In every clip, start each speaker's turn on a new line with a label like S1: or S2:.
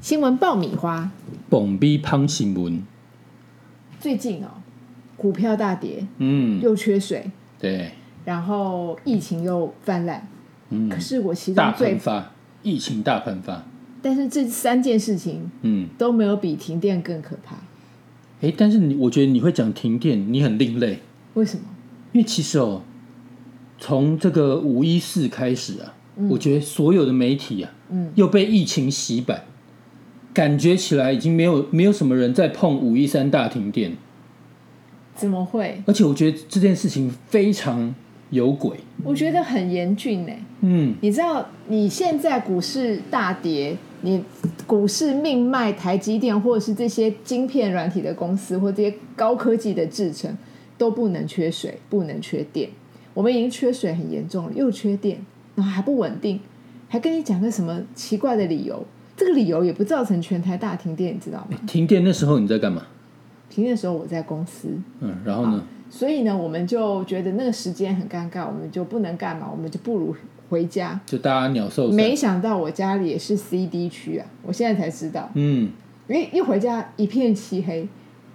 S1: 新闻爆米花
S2: 蹦比胖新闻，
S1: 最近哦，股票大跌，
S2: 嗯，
S1: 又缺水，
S2: 对，
S1: 然后疫情又泛滥。
S2: 嗯
S1: 可是我其
S2: 大
S1: 中
S2: 喷
S1: 最，
S2: 发，疫情大喷发，
S1: 但是这三件事情
S2: 嗯，
S1: 都没有比停电更可怕。
S2: 诶，但是你我觉得你会讲停电，你很另类，
S1: 为什么？
S2: 因为其实哦，从这个五一四开始啊，我觉得所有的媒体啊，
S1: 嗯，
S2: 又被疫情洗版，感觉起来已经没有没有什么人在碰五一三大停电，
S1: 怎么会？
S2: 而且我觉得这件事情非常有鬼，
S1: 我觉得很严峻呢、
S2: 嗯，
S1: 你知道你现在股市大跌，你股市命脉台积电或者是这些晶片软体的公司或这些高科技的制成都不能缺水，不能缺电。我们已经缺水很严重了，又缺电，然后还不稳定，还跟你讲个什么奇怪的理由？这个理由也不造成全台大停电，你知道吗？
S2: 停电那时候你在干嘛？
S1: 停电的时候我在公司，
S2: 嗯，然后呢？
S1: 所以呢，我们就觉得那个时间很尴尬，我们就不能干嘛，我们就不如回家。
S2: 就大家鸟兽散
S1: 没，想到我家里也是 CD 区啊，我现在才知道，
S2: 嗯，
S1: 因为一回家一片漆黑，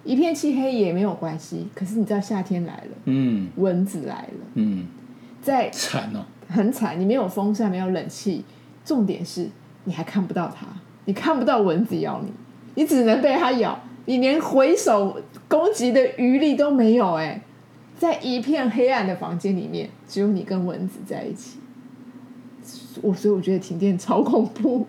S1: 一片漆黑也没有关系。可是你知道夏天来了，
S2: 嗯
S1: 蚊子来了，
S2: 嗯，
S1: 在
S2: 惨哦，
S1: 很惨，你没有风扇，没有冷气，重点是你还看不到它，你看不到蚊子咬你，你只能被它咬，你连回手攻击的余力都没有、哎，在一片黑暗的房间里面，只有你跟蚊子在一起。我所以我觉得停电超恐怖。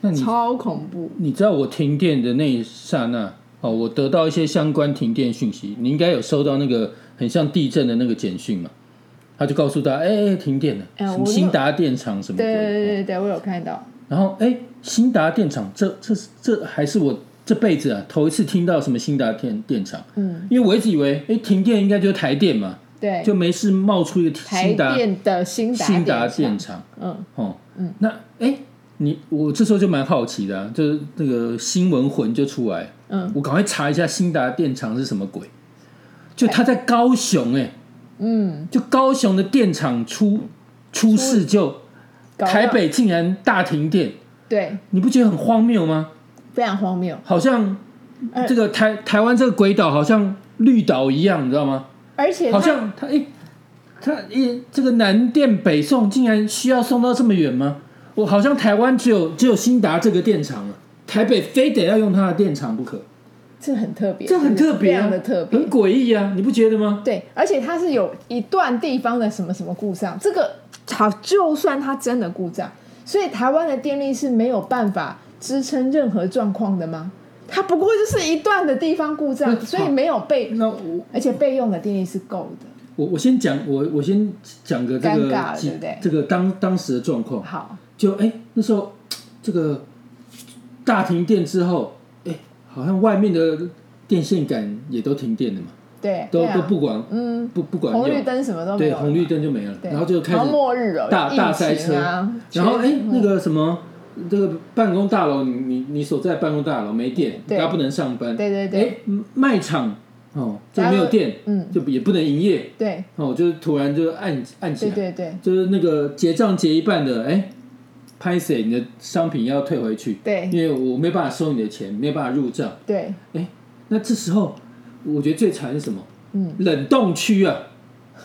S2: 那你
S1: 超恐怖。
S2: 你知道我停电的那一刹那哦，我得到一些相关停电讯息，你应该有收到那个很像地震的那个简讯嘛？他就告诉大家，哎、哎停电了，
S1: 哎
S2: 什
S1: 我
S2: 么新达电厂什么
S1: 对
S2: 鬼
S1: 对对
S2: 哦
S1: 对对，我有看到。
S2: 然后哎、新达电厂，这这这还是我这辈子啊头一次听到什么新达电电厂，
S1: 嗯，
S2: 因为我一直以为，哎、停电应该就是台电嘛，
S1: 对，
S2: 就没事冒出一个
S1: 台
S2: 新达
S1: 电的新达
S2: 新达
S1: 电
S2: 电
S1: 厂，
S2: 厂，
S1: 嗯，
S2: 哦，那哎、你我这时候就蛮好奇的、啊，就是那个新闻魂就出来，
S1: 嗯，
S2: 我赶快查一下新达电厂是什么鬼，就他在高雄、哎，嗯，就高雄的电厂出出事就
S1: 搞到
S2: 台北竟然大停电，
S1: 对，
S2: 你不觉得很荒谬吗？
S1: 非常荒谬。
S2: 好像
S1: 呃
S2: 这个台台湾这个鬼岛好像绿岛一样，你知道吗？
S1: 而且它
S2: 好像他哎、他一、这个南电北送竟然需要送到这么远吗？我好像台湾只有只有新达这个电厂了，台北非得要用它的电厂不可，
S1: 这很特别，
S2: 这很特别、
S1: 非
S2: 啊，
S1: 常的特别
S2: 很。诡异啊，你不觉得吗？
S1: 对，而且它是有一段地方的什么什么故障，这个好，就算它真的故障，所以台湾的电力是没有办法支撑任何状况的吗？它不过就是一段的地方故 障，
S2: 嗯
S1: 所以没有备，
S2: 那我
S1: 而且备用的电力是够的。
S2: 我我先讲我我先讲个这
S1: 尴尬
S2: 个
S1: 了
S2: 几
S1: 对不对
S2: 这个当当时的状况，
S1: 好，
S2: 就哎、那时候这个大停电之后，哎、好像外面的电线杆也都停电了嘛，
S1: 对，
S2: 都、
S1: 对啊
S2: 都不管
S1: 嗯，
S2: 不不管
S1: 红
S2: 用
S1: 绿。灯什么都没
S2: 对，
S1: 有了嘛，
S2: 红绿灯就没了，
S1: 对，
S2: 然后就开始
S1: 然后末日哦，
S2: 大大塞车
S1: 疫情啊，
S2: 然后哎、
S1: 全
S2: 那个什么，这个办公大楼，你你你所在办公大楼没电，大
S1: 对
S2: 家不能上班。
S1: 对对
S2: 哎、
S1: 对
S2: 卖场哦，就
S1: 大家
S2: 没
S1: 都
S2: 有电，
S1: 嗯，
S2: 就也不能营业
S1: 对
S2: 哦，就是突然就按按起
S1: 对
S2: 来，
S1: 对对
S2: 就是那个结账结一半的，哎、拍谁？你的商品要退回去，
S1: 对
S2: 因为我没办法收你的钱，没有办法入账。
S1: 对，
S2: 哎那这时候，我觉得最惨是什么？
S1: 嗯，
S2: 冷冻区啊，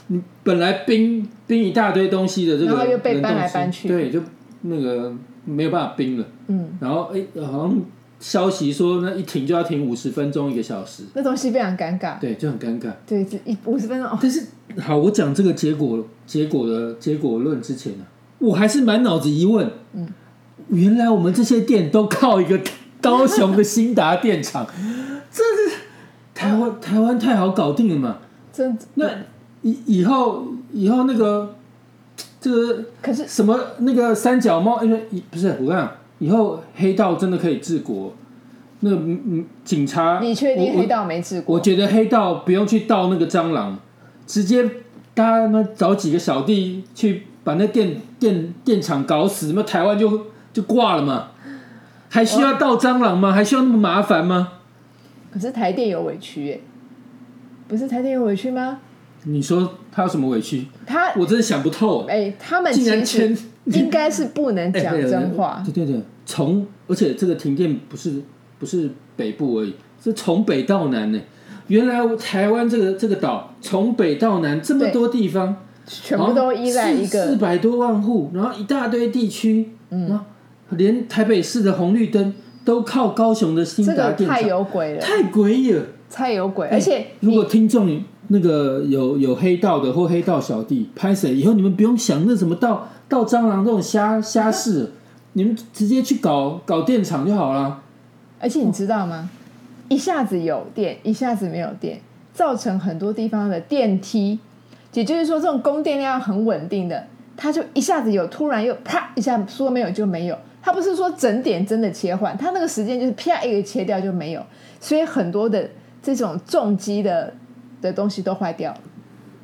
S2: 你本来冰冰一大堆东西的这个
S1: 然后又被
S2: 冷冻
S1: 搬来
S2: 区
S1: 搬去
S2: 对，就那个没有办法冰了。
S1: 嗯，
S2: 然后哎、好像消息说那一停就要停五十分钟一个小时，
S1: 那东西非常尴尬，
S2: 对，就很尴尬。
S1: 对，这一五十分钟哦，
S2: 但是好，我讲这个结果结果的结果论之前呢、我还是满脑子疑问，
S1: 嗯，
S2: 原来我们这些店都靠一个高雄的新达 电厂，这是台湾台湾太好搞定了嘛？
S1: 真
S2: 那以以后以后那个这个
S1: 可是
S2: 什么那个三脚猫，因为不是我跟你讲，以后黑道真的可以治国。那个嗯嗯警察，
S1: 你确定
S2: 我我
S1: 黑道没治
S2: 我
S1: 过？
S2: 觉得黑道不用去盗那个蟑螂，直接大家呢找几个小弟去把那电电电厂搞死，那台湾就就挂了嘛。还需要盗蟑螂吗？还需要那么麻烦吗？
S1: 可是台电有委屈耶，不是台电有委屈吗？
S2: 你说他有什么委屈？
S1: 他
S2: 我真的想不透。
S1: 哎，他们
S2: 竟然哎
S1: 其实
S2: 签
S1: 应该是不能讲真话，
S2: 对对对，从而且这个停电不是不是北部而已，是从北到南呢。原来我台湾这个这个岛从北到南这么
S1: 对
S2: 多地方，
S1: 全部都依赖一
S2: 啊四
S1: 个嗯
S2: 百多万户，然后一大堆地区，然后连台北市的红绿灯都靠高雄的新
S1: 这
S2: 达
S1: 个
S2: 电
S1: 太
S2: 厂，
S1: 有鬼了，
S2: 太哎诡异了。
S1: 太有鬼，而且
S2: 如
S1: 你
S2: 果听众那个有有黑道的或黑道小弟拍谁，以后你们不用想那什么盗盗蟑螂这种瞎瞎 事，你们直接去搞搞电厂就好了。
S1: 而且你知道吗？一下子有电，一下子没有电，造成很多地方的电梯，也就是说，这种供电量很稳定的，它就一下子有，突然又啪一下说没有就没有。它不是说整点真的切换，它那个时间就是啪一个切掉就没有，所以很多的这种重机的的东西都坏掉了，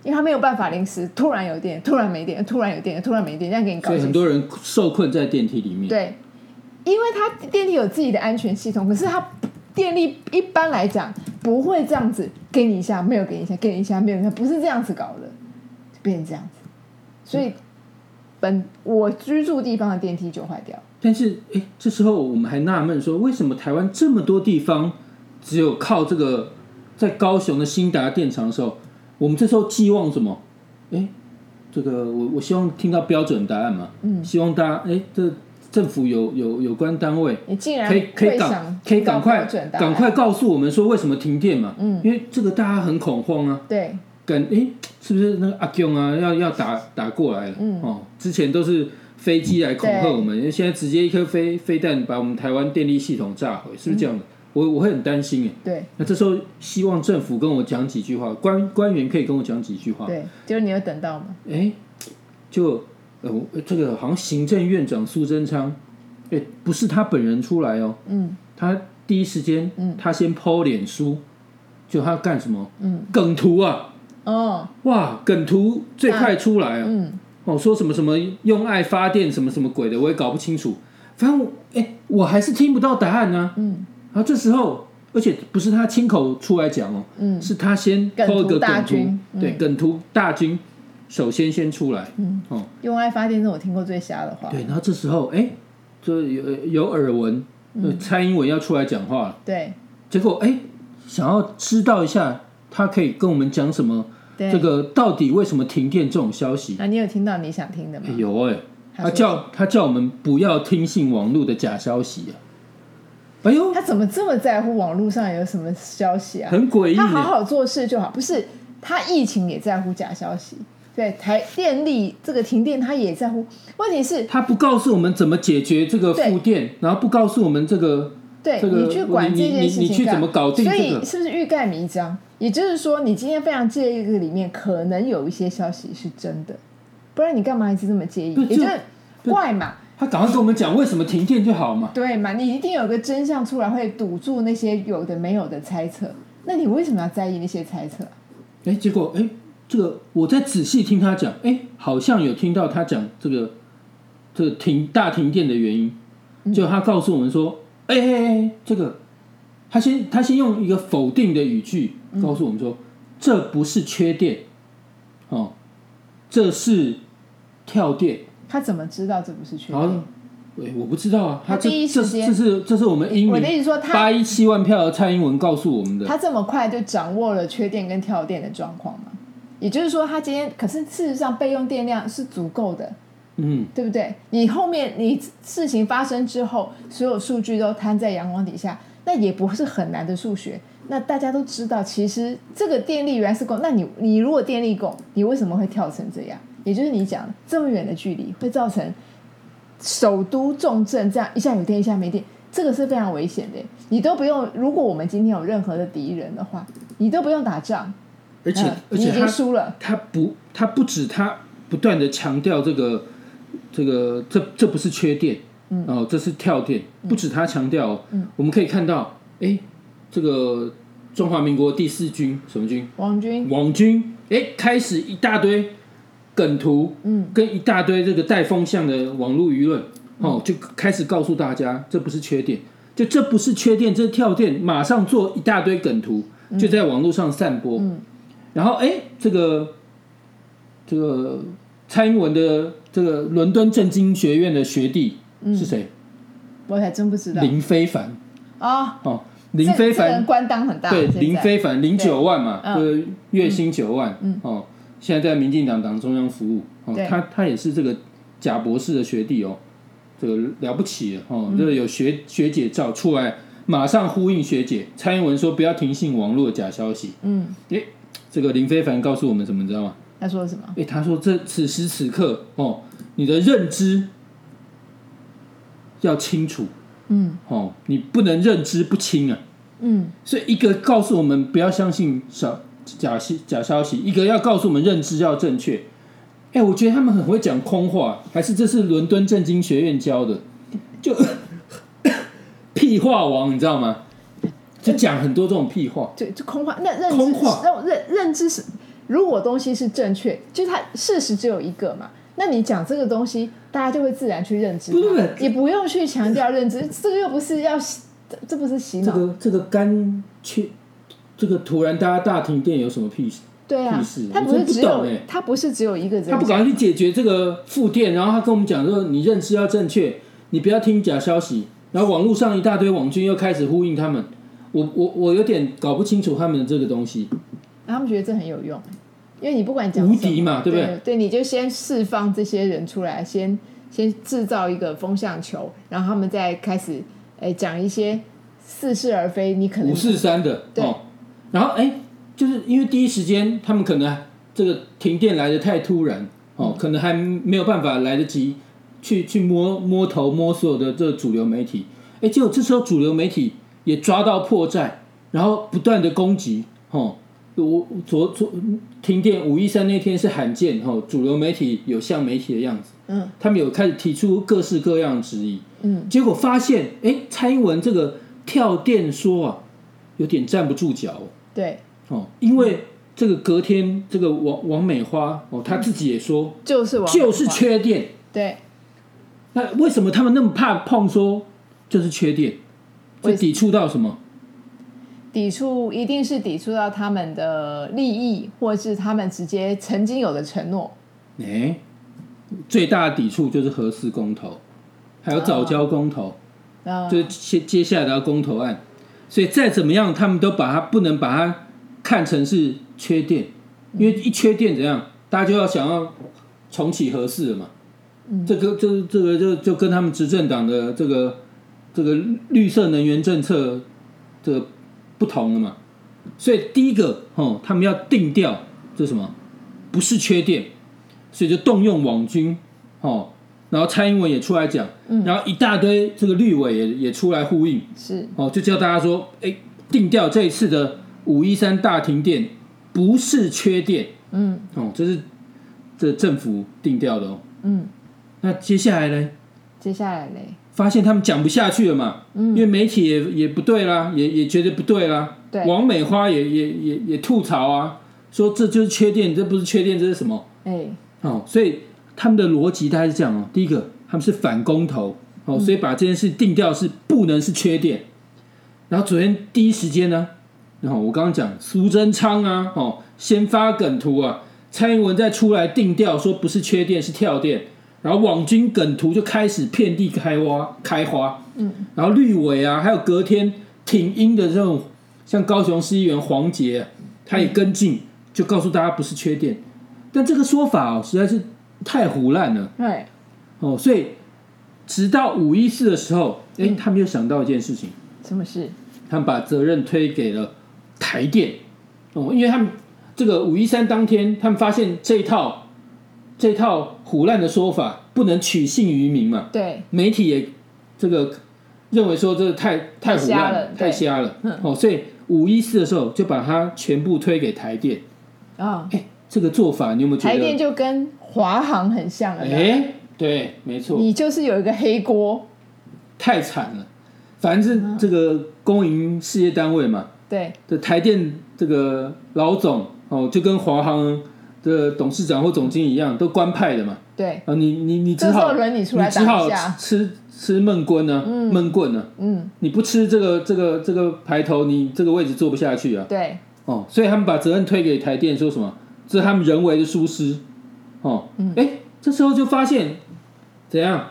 S1: 因为它没有办法临时突然有电，突然没电，突然有电，突然没电，这样给你搞
S2: 所以
S1: 清
S2: 很
S1: 楚
S2: 多人受困在电梯里面。
S1: 对，因为它电力有自己的安全系统，可是它电力一般来讲不会这样子，给你一下没有给你一下，给你一下没有给你一下，不是这样子搞的，就变成这样子。所以本我居住地方的电梯就坏掉，
S2: 但是，哎，这时候我们还纳闷说，为什么台湾这么多地方只有靠这个在高雄的新达电厂的时候，我们这时候寄望什么？哎，这个我我希望听到标准答案嘛，嗯，希望大家哎，这政府有有有关单位
S1: 你竟然
S2: 可以可以
S1: 会想
S2: 赶可以
S1: 到标
S2: 赶快
S1: 准答
S2: 赶
S1: 案
S2: 快告诉我们说为什么停电嘛，嗯，因为这个大家很恐慌啊，
S1: 对
S2: 感哎、是不是那个阿 Q 啊，要要打打过来了？哦，之前都是飞机来恐吓我们，因为现在直接一颗飞飞弹把我们台湾电力系统炸毁，是不是这样的？我我会很担心哎。
S1: 对
S2: 那这时候希望政府跟我讲几句话，官官员可以跟我讲几句话。
S1: 对，就是你有等到吗？
S2: 哎、就呃，我这个好像行政院长苏贞昌，哎、不是他本人出来哦，
S1: 嗯，
S2: 他第一时间，嗯，他先抛脸书，就他干什么？
S1: 嗯，
S2: 梗图啊。
S1: 哦，
S2: 哇，梗图最快出来啊！
S1: 嗯，
S2: 哦，说什么什么用爱发电什么什么鬼的，我也搞不清楚。反正我哎、我还是听不到答案呢、
S1: 嗯
S2: 然后这时候，而且不是他亲口出来讲哦，
S1: 嗯
S2: 是他先
S1: 梗图
S2: 抛一个
S1: 大
S2: 梗图，
S1: 军
S2: 对，梗图大军首先先出来，
S1: 嗯，
S2: 哦，
S1: 用爱发电是我听过最瞎的话，
S2: 对，然后这时候哎、这有有耳闻，
S1: 嗯
S2: 呃蔡英文要出来讲话了，
S1: 对
S2: 结果哎、想要知道一下他可以跟我们讲什么，
S1: 对，
S2: 这个到底为什么停电这种消息。
S1: 那你有听到你想听的吗
S2: 哎？有哎、
S1: 他
S2: 他
S1: 说
S2: 叫他叫我们不要听信网络的假消息啊！哎呦，
S1: 他怎么这么在乎网络上有什么消息啊？
S2: 很诡异
S1: 他好
S2: 耶！
S1: 好做事就好，不是他疫情也在乎假消息，对台电力这个停电他也在乎。问题是，
S2: 他不告诉我们怎么解决这个
S1: 对
S2: 负电，然后不告诉我们这个
S1: 对、
S2: 这个
S1: 你去管这
S2: 你
S1: 件事情
S2: 你你去
S1: 干
S2: 怎么搞定
S1: 所
S2: 这
S1: 以
S2: 个
S1: 是不是欲盖弥彰？也就是说，你今天非常介意这个里面可能有一些消息是真的，不然你干嘛一直这么介意？
S2: 不
S1: 也
S2: 就
S1: 就是怪嘛，
S2: 他赶快跟我们讲为什么停电就好嘛。
S1: 对嘛？你一定有个真相出来，会堵住那些有的没有的猜测。那你为什么要在意那些猜测啊？
S2: 哎，结果哎，这个我再仔细听他讲，哎，好像有听到他讲这个这个停大停电的原
S1: 嗯
S2: 因，就他告诉我们说，哎哎哎，这个他先他先用一个否定的语句
S1: 嗯
S2: 告诉我们说，这不是缺电，哦，这是跳电。
S1: 他怎么知道这不是缺
S2: 然
S1: 点？
S2: 后，哎，我不知道啊，
S1: 他
S2: 这
S1: 第一
S2: 这
S1: 时间
S2: 这是这是我们英
S1: 我的意
S2: 语
S1: 思说他
S2: 八一七万票的蔡英文告诉我们的，
S1: 他这么快就掌握了缺电跟跳电的状况嘛？也就是说，他今天可是事实上备用电量是足够的，
S2: 嗯。
S1: 对不对？你后面你事情发生之后，所有数据都摊在阳光底下，那也不是很难的数学。那大家都知道，其实这个电力原来是够。那你你如果电力够，你为什么会跳成这样？也就是你讲的这么远的距离会造成首都重症这样一下有电一下没电，这个是非常危险的。你都不用，如果我们今天有任何的敌人的话，你都不用打仗，
S2: 而且
S1: 嗯你
S2: 而且
S1: 已经
S2: 他
S1: 输了。
S2: 他不，他不止他不断的强调这个这个这这不是缺电，嗯，哦，这是跳电，不止他强调、哦，嗯，我们可以看到，哎，这个中华民国第四军什么军？
S1: 王军，
S2: 网军，哎，开始一大堆梗图，嗯，跟一大堆这个带风向的网络舆论，哦，就开始告诉大家这不是缺点，就这不是缺点，这是跳电，马上做一大堆梗图，就在网络上散播，嗯，然后哎，这个这个嗯蔡英文的这个伦敦政经学院的学弟是谁？
S1: 我还真不知道
S2: 林非凡
S1: 啊。
S2: 哦，林
S1: 这
S2: 非
S1: 这个人
S2: 凡
S1: 官当很大，
S2: 对
S1: 现在
S2: 林非凡零九万嘛，
S1: 嗯
S2: 就是月薪九万，哦，现在在民进党党中央服务，哦
S1: 对，
S2: 他他也是这个贾博士的学弟哦，这个了不起了
S1: 嗯
S2: 哦，这个有学学姐照出来，马上呼应学姐，蔡英文说不要听信网络假消息，
S1: 嗯，
S2: 诶，这个林非凡告诉我们什么，你知道吗？
S1: 他说什么？
S2: 诶，他说这此时此刻哦，你的认知要清楚
S1: 嗯
S2: 哦，你不能认知不清啊。
S1: 嗯
S2: 所以一个告诉我们不要相信小假消假消息，一个要告诉我们认知要正确。哎、我觉得他们很会讲空话，还是这是伦敦政经学院教的，就 屁话王，你知道吗？就讲很多这种屁话。
S1: 对，就空话，那认知
S2: 空话
S1: 那认认知是，如果东西是正确，就是它事实只有一个嘛，那你讲这个东西，大家就会自然去认知它，
S2: 不是
S1: 也不用去强调认 知，这个又不是要洗，这这不是洗
S2: 这
S1: 脑，
S2: 个这个干缺，这个突然大家大停电有什么屁事？
S1: 对啊
S2: 屁事，
S1: 它不
S2: 我
S1: 是
S2: 真不
S1: 只有
S2: 懂欸
S1: 它不是只有一个人
S2: 他
S1: 讲，
S2: 不赶快去解决这个负电，然后他跟我们讲说，你认知要正确，你不要听假消息。然后网络上一大堆网军又开始呼应他们，我我我有点搞不清楚他们的这个东西。
S1: 然后他们觉得这很有用、因为你不管讲
S2: 无
S1: 什么
S2: 敌嘛
S1: 对
S2: 对不
S1: 啊对？你就先释放这些人出来，先先制造一个风向球，然后他们再开始诶讲一些似是而非，你可能
S2: 五四三的
S1: 对
S2: 哦，然后哎，就是因为第一时间他们可能这个停电来的太突然哦，可能还没有办法来得及去去摸摸头摸所有的这个主流媒体，哎，结果这时候主流媒体也抓到破绽，然后不断的攻击哦。我我昨昨停电五一三那天是罕见哦，主流媒体有像媒体的样子，
S1: 嗯，
S2: 他们有开始提出各式各样的质疑，
S1: 嗯，
S2: 结果发现，哎，蔡英文这个跳电说啊，有点站不住脚
S1: 对，
S2: 哦哦，因为这个隔天这个王王美花哦，她自己也说，
S1: 就是王
S2: 就是缺电。
S1: 对，
S2: 那为什么他们那么怕碰说就是缺电？
S1: 为
S2: 这抵触到什么？
S1: 抵触一定是抵触到他们的利益，或是他们直接曾经有的承诺。
S2: 哎，最大的抵触就是核四公投，还有早教公投。
S1: 呃，
S2: 就是接接下来的公投案，所以再怎么样，他们都把它不能把它看成是缺电，因为一缺电怎样，大家就要想要重启核四了嘛。这个这这个就就跟他们执政党的这个这个绿色能源政策这个不同了嘛。所以第一个哦，他们要定调这什么不是缺电，所以就动用网军哦，然后蔡英文也出来讲，然后一大堆这个绿委也也出来呼应
S1: 是
S2: 哦，就叫大家说，哎，定调这一次的五一三大停电不是缺电
S1: 嗯
S2: 哦，这是这政府定调的哦。
S1: 嗯，
S2: 那接下来呢，
S1: 接下来嘞，
S2: 发现他们讲不下去了嘛，因为媒体也也不对啦，也也觉得不对啦，
S1: 对
S2: 王美花也也也也吐槽啊，说这就是缺电，这不是缺电，这是什么？
S1: 哎，
S2: 哦，所以他们的逻辑大概是这样哦。第一个，他们是反公投哦，所以把这件事定调是不能是缺点。然后昨天第一时间呢，然后我刚刚讲苏贞昌啊，哦，先发梗图啊，蔡英文再出来定调说不是缺电是跳电，然后网军梗图就开始遍地开花开花，嗯，然后绿委啊，还有隔天挺英的这种，像高雄市议员黄杰啊、他也跟进，就告诉大家不是缺电，但这个说法哦，实在是太胡乱了
S1: 对，
S2: 哦，所以直到五一四的时候，哎、
S1: 嗯
S2: 他们又想到一件事情，
S1: 什么事？
S2: 他们把责任推给了台电哦，因为他们这个五一三当天，他们发现这一套这一套胡乱的说法不能取信于民嘛，
S1: 对，
S2: 媒体也这个认为说这太太胡
S1: 瞎
S2: 乱
S1: 了对嗯
S2: 太瞎了哦，所以五一四的时候就把它全部推给台电，
S1: 啊、
S2: 哎，这个做法你有没有觉得？
S1: 台电就跟华航很像了，
S2: 哎、对，没错，
S1: 你就是有一个黑锅，
S2: 太惨了。反正这个公营事业单位嘛，
S1: 对，
S2: 这台电这个老总哦，就跟华航的董事长或总经理一样，都官派的嘛。
S1: 对，
S2: 啊，你你你
S1: 这
S2: 只
S1: 时
S2: 好
S1: 候轮你出来
S2: 只好
S1: 挡一下
S2: 吃吃闷棍呢、闷棍呢、
S1: 嗯，
S2: 你不吃这个这个这个排头，你这个位置坐不下去啊。
S1: 对，
S2: 哦，所以他们把责任推给台电，说什么这是他们人为的疏失。哦，哎、这时候就发现怎样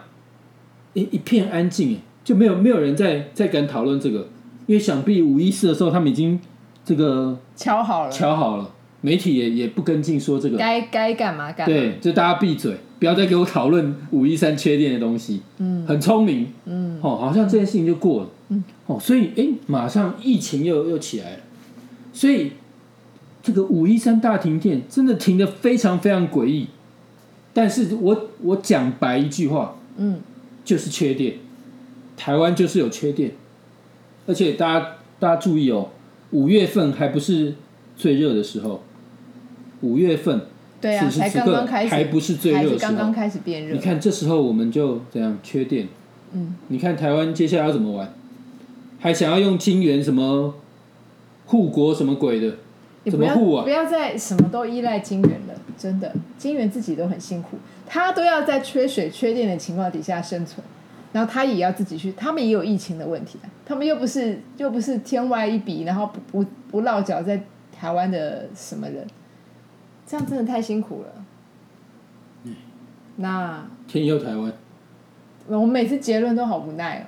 S2: 一一片安静，哎，就没有没有人再再敢讨论这个，因为想必五一四的时候他们已经这个
S1: 敲好了，
S2: 瞧好了，媒体也也不跟进说这个，
S1: 该该干嘛干嘛。
S2: 对，就大家闭嘴，不要再给我讨论五一三缺电的东西。嗯，很聪明。嗯，哦，好像这件事情就过了。嗯，哦，所以哎，马上疫情又又起来了，所以这个五一三大停电真的停的非常非常诡异。但是我我讲白一句话，
S1: 嗯，
S2: 就是缺电，台湾就是有缺电，而且大家大家注意哦，五月份还不是最热的时候，五月份
S1: 对啊，
S2: 此时
S1: 才
S2: 此
S1: 刚刚
S2: 刻
S1: 开始，
S2: 还不是最热
S1: 还
S2: 的时
S1: 是
S2: 候
S1: 刚刚开始变热
S2: 你。看这时候我们就怎样缺电？
S1: 嗯，
S2: 你看台湾接下来要怎么玩？还想要用金元什么护国什么鬼的？
S1: 你
S2: 怎
S1: 不
S2: 么
S1: 要
S2: 护啊
S1: 不要再什么都依赖金元了，真的，金元自己都很辛苦，他都要在缺水缺电的情况底下生存，然后他也要自己去，他们也有疫情的问题啊，他们又不是又不是天外一笔，然后不不不落脚在台湾的什么人，这样真的太辛苦了。
S2: 嗯
S1: 那
S2: 天佑台湾，
S1: 我每次结论都好无奈哦，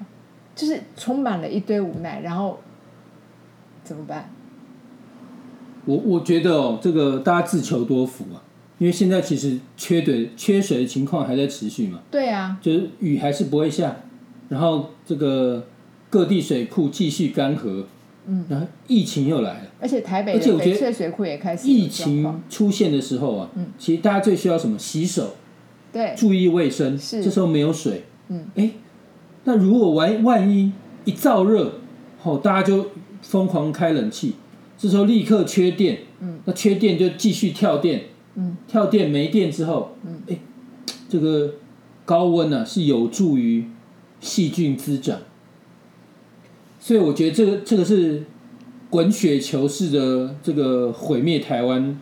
S1: 就是充满了一堆无奈，然后怎么办？
S2: 我我觉得哦，这个大家自求多福啊，因为现在其实缺水缺水的情况还在持续嘛。
S1: 对啊，
S2: 就是雨还是不会下，然后这个各地水库继续干涸，嗯，然后疫情又来了。
S1: 而且台北
S2: 而且
S1: 的
S2: 我觉
S1: 翡
S2: 得
S1: 翠水库也开始有
S2: 疫
S1: 状况
S2: 情出现的时候啊，嗯，其实大家最需要什么？洗手，
S1: 对，
S2: 注意卫生。
S1: 是
S2: 这时候没有水，
S1: 嗯，
S2: 哎，那如果万万一一燥热，哦，大家就疯狂开冷气，这时候立刻缺电，嗯，那缺电就继续跳电，
S1: 嗯，
S2: 跳电没电之后，嗯，哎，这个高温呢、是有助于细菌滋长，所以我觉得这个这个是滚雪球式的这个毁灭台湾。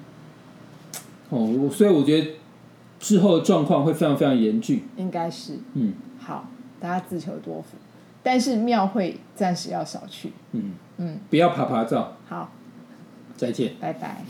S2: 哦，我所以我觉得之后的状况会非常非常严峻。
S1: 应该是
S2: 嗯
S1: 好，大家自求多福，但是庙会暂时要少去。
S2: 嗯
S1: 嗯，
S2: 不要爬爬照，
S1: 好，
S2: 再见。
S1: 拜拜。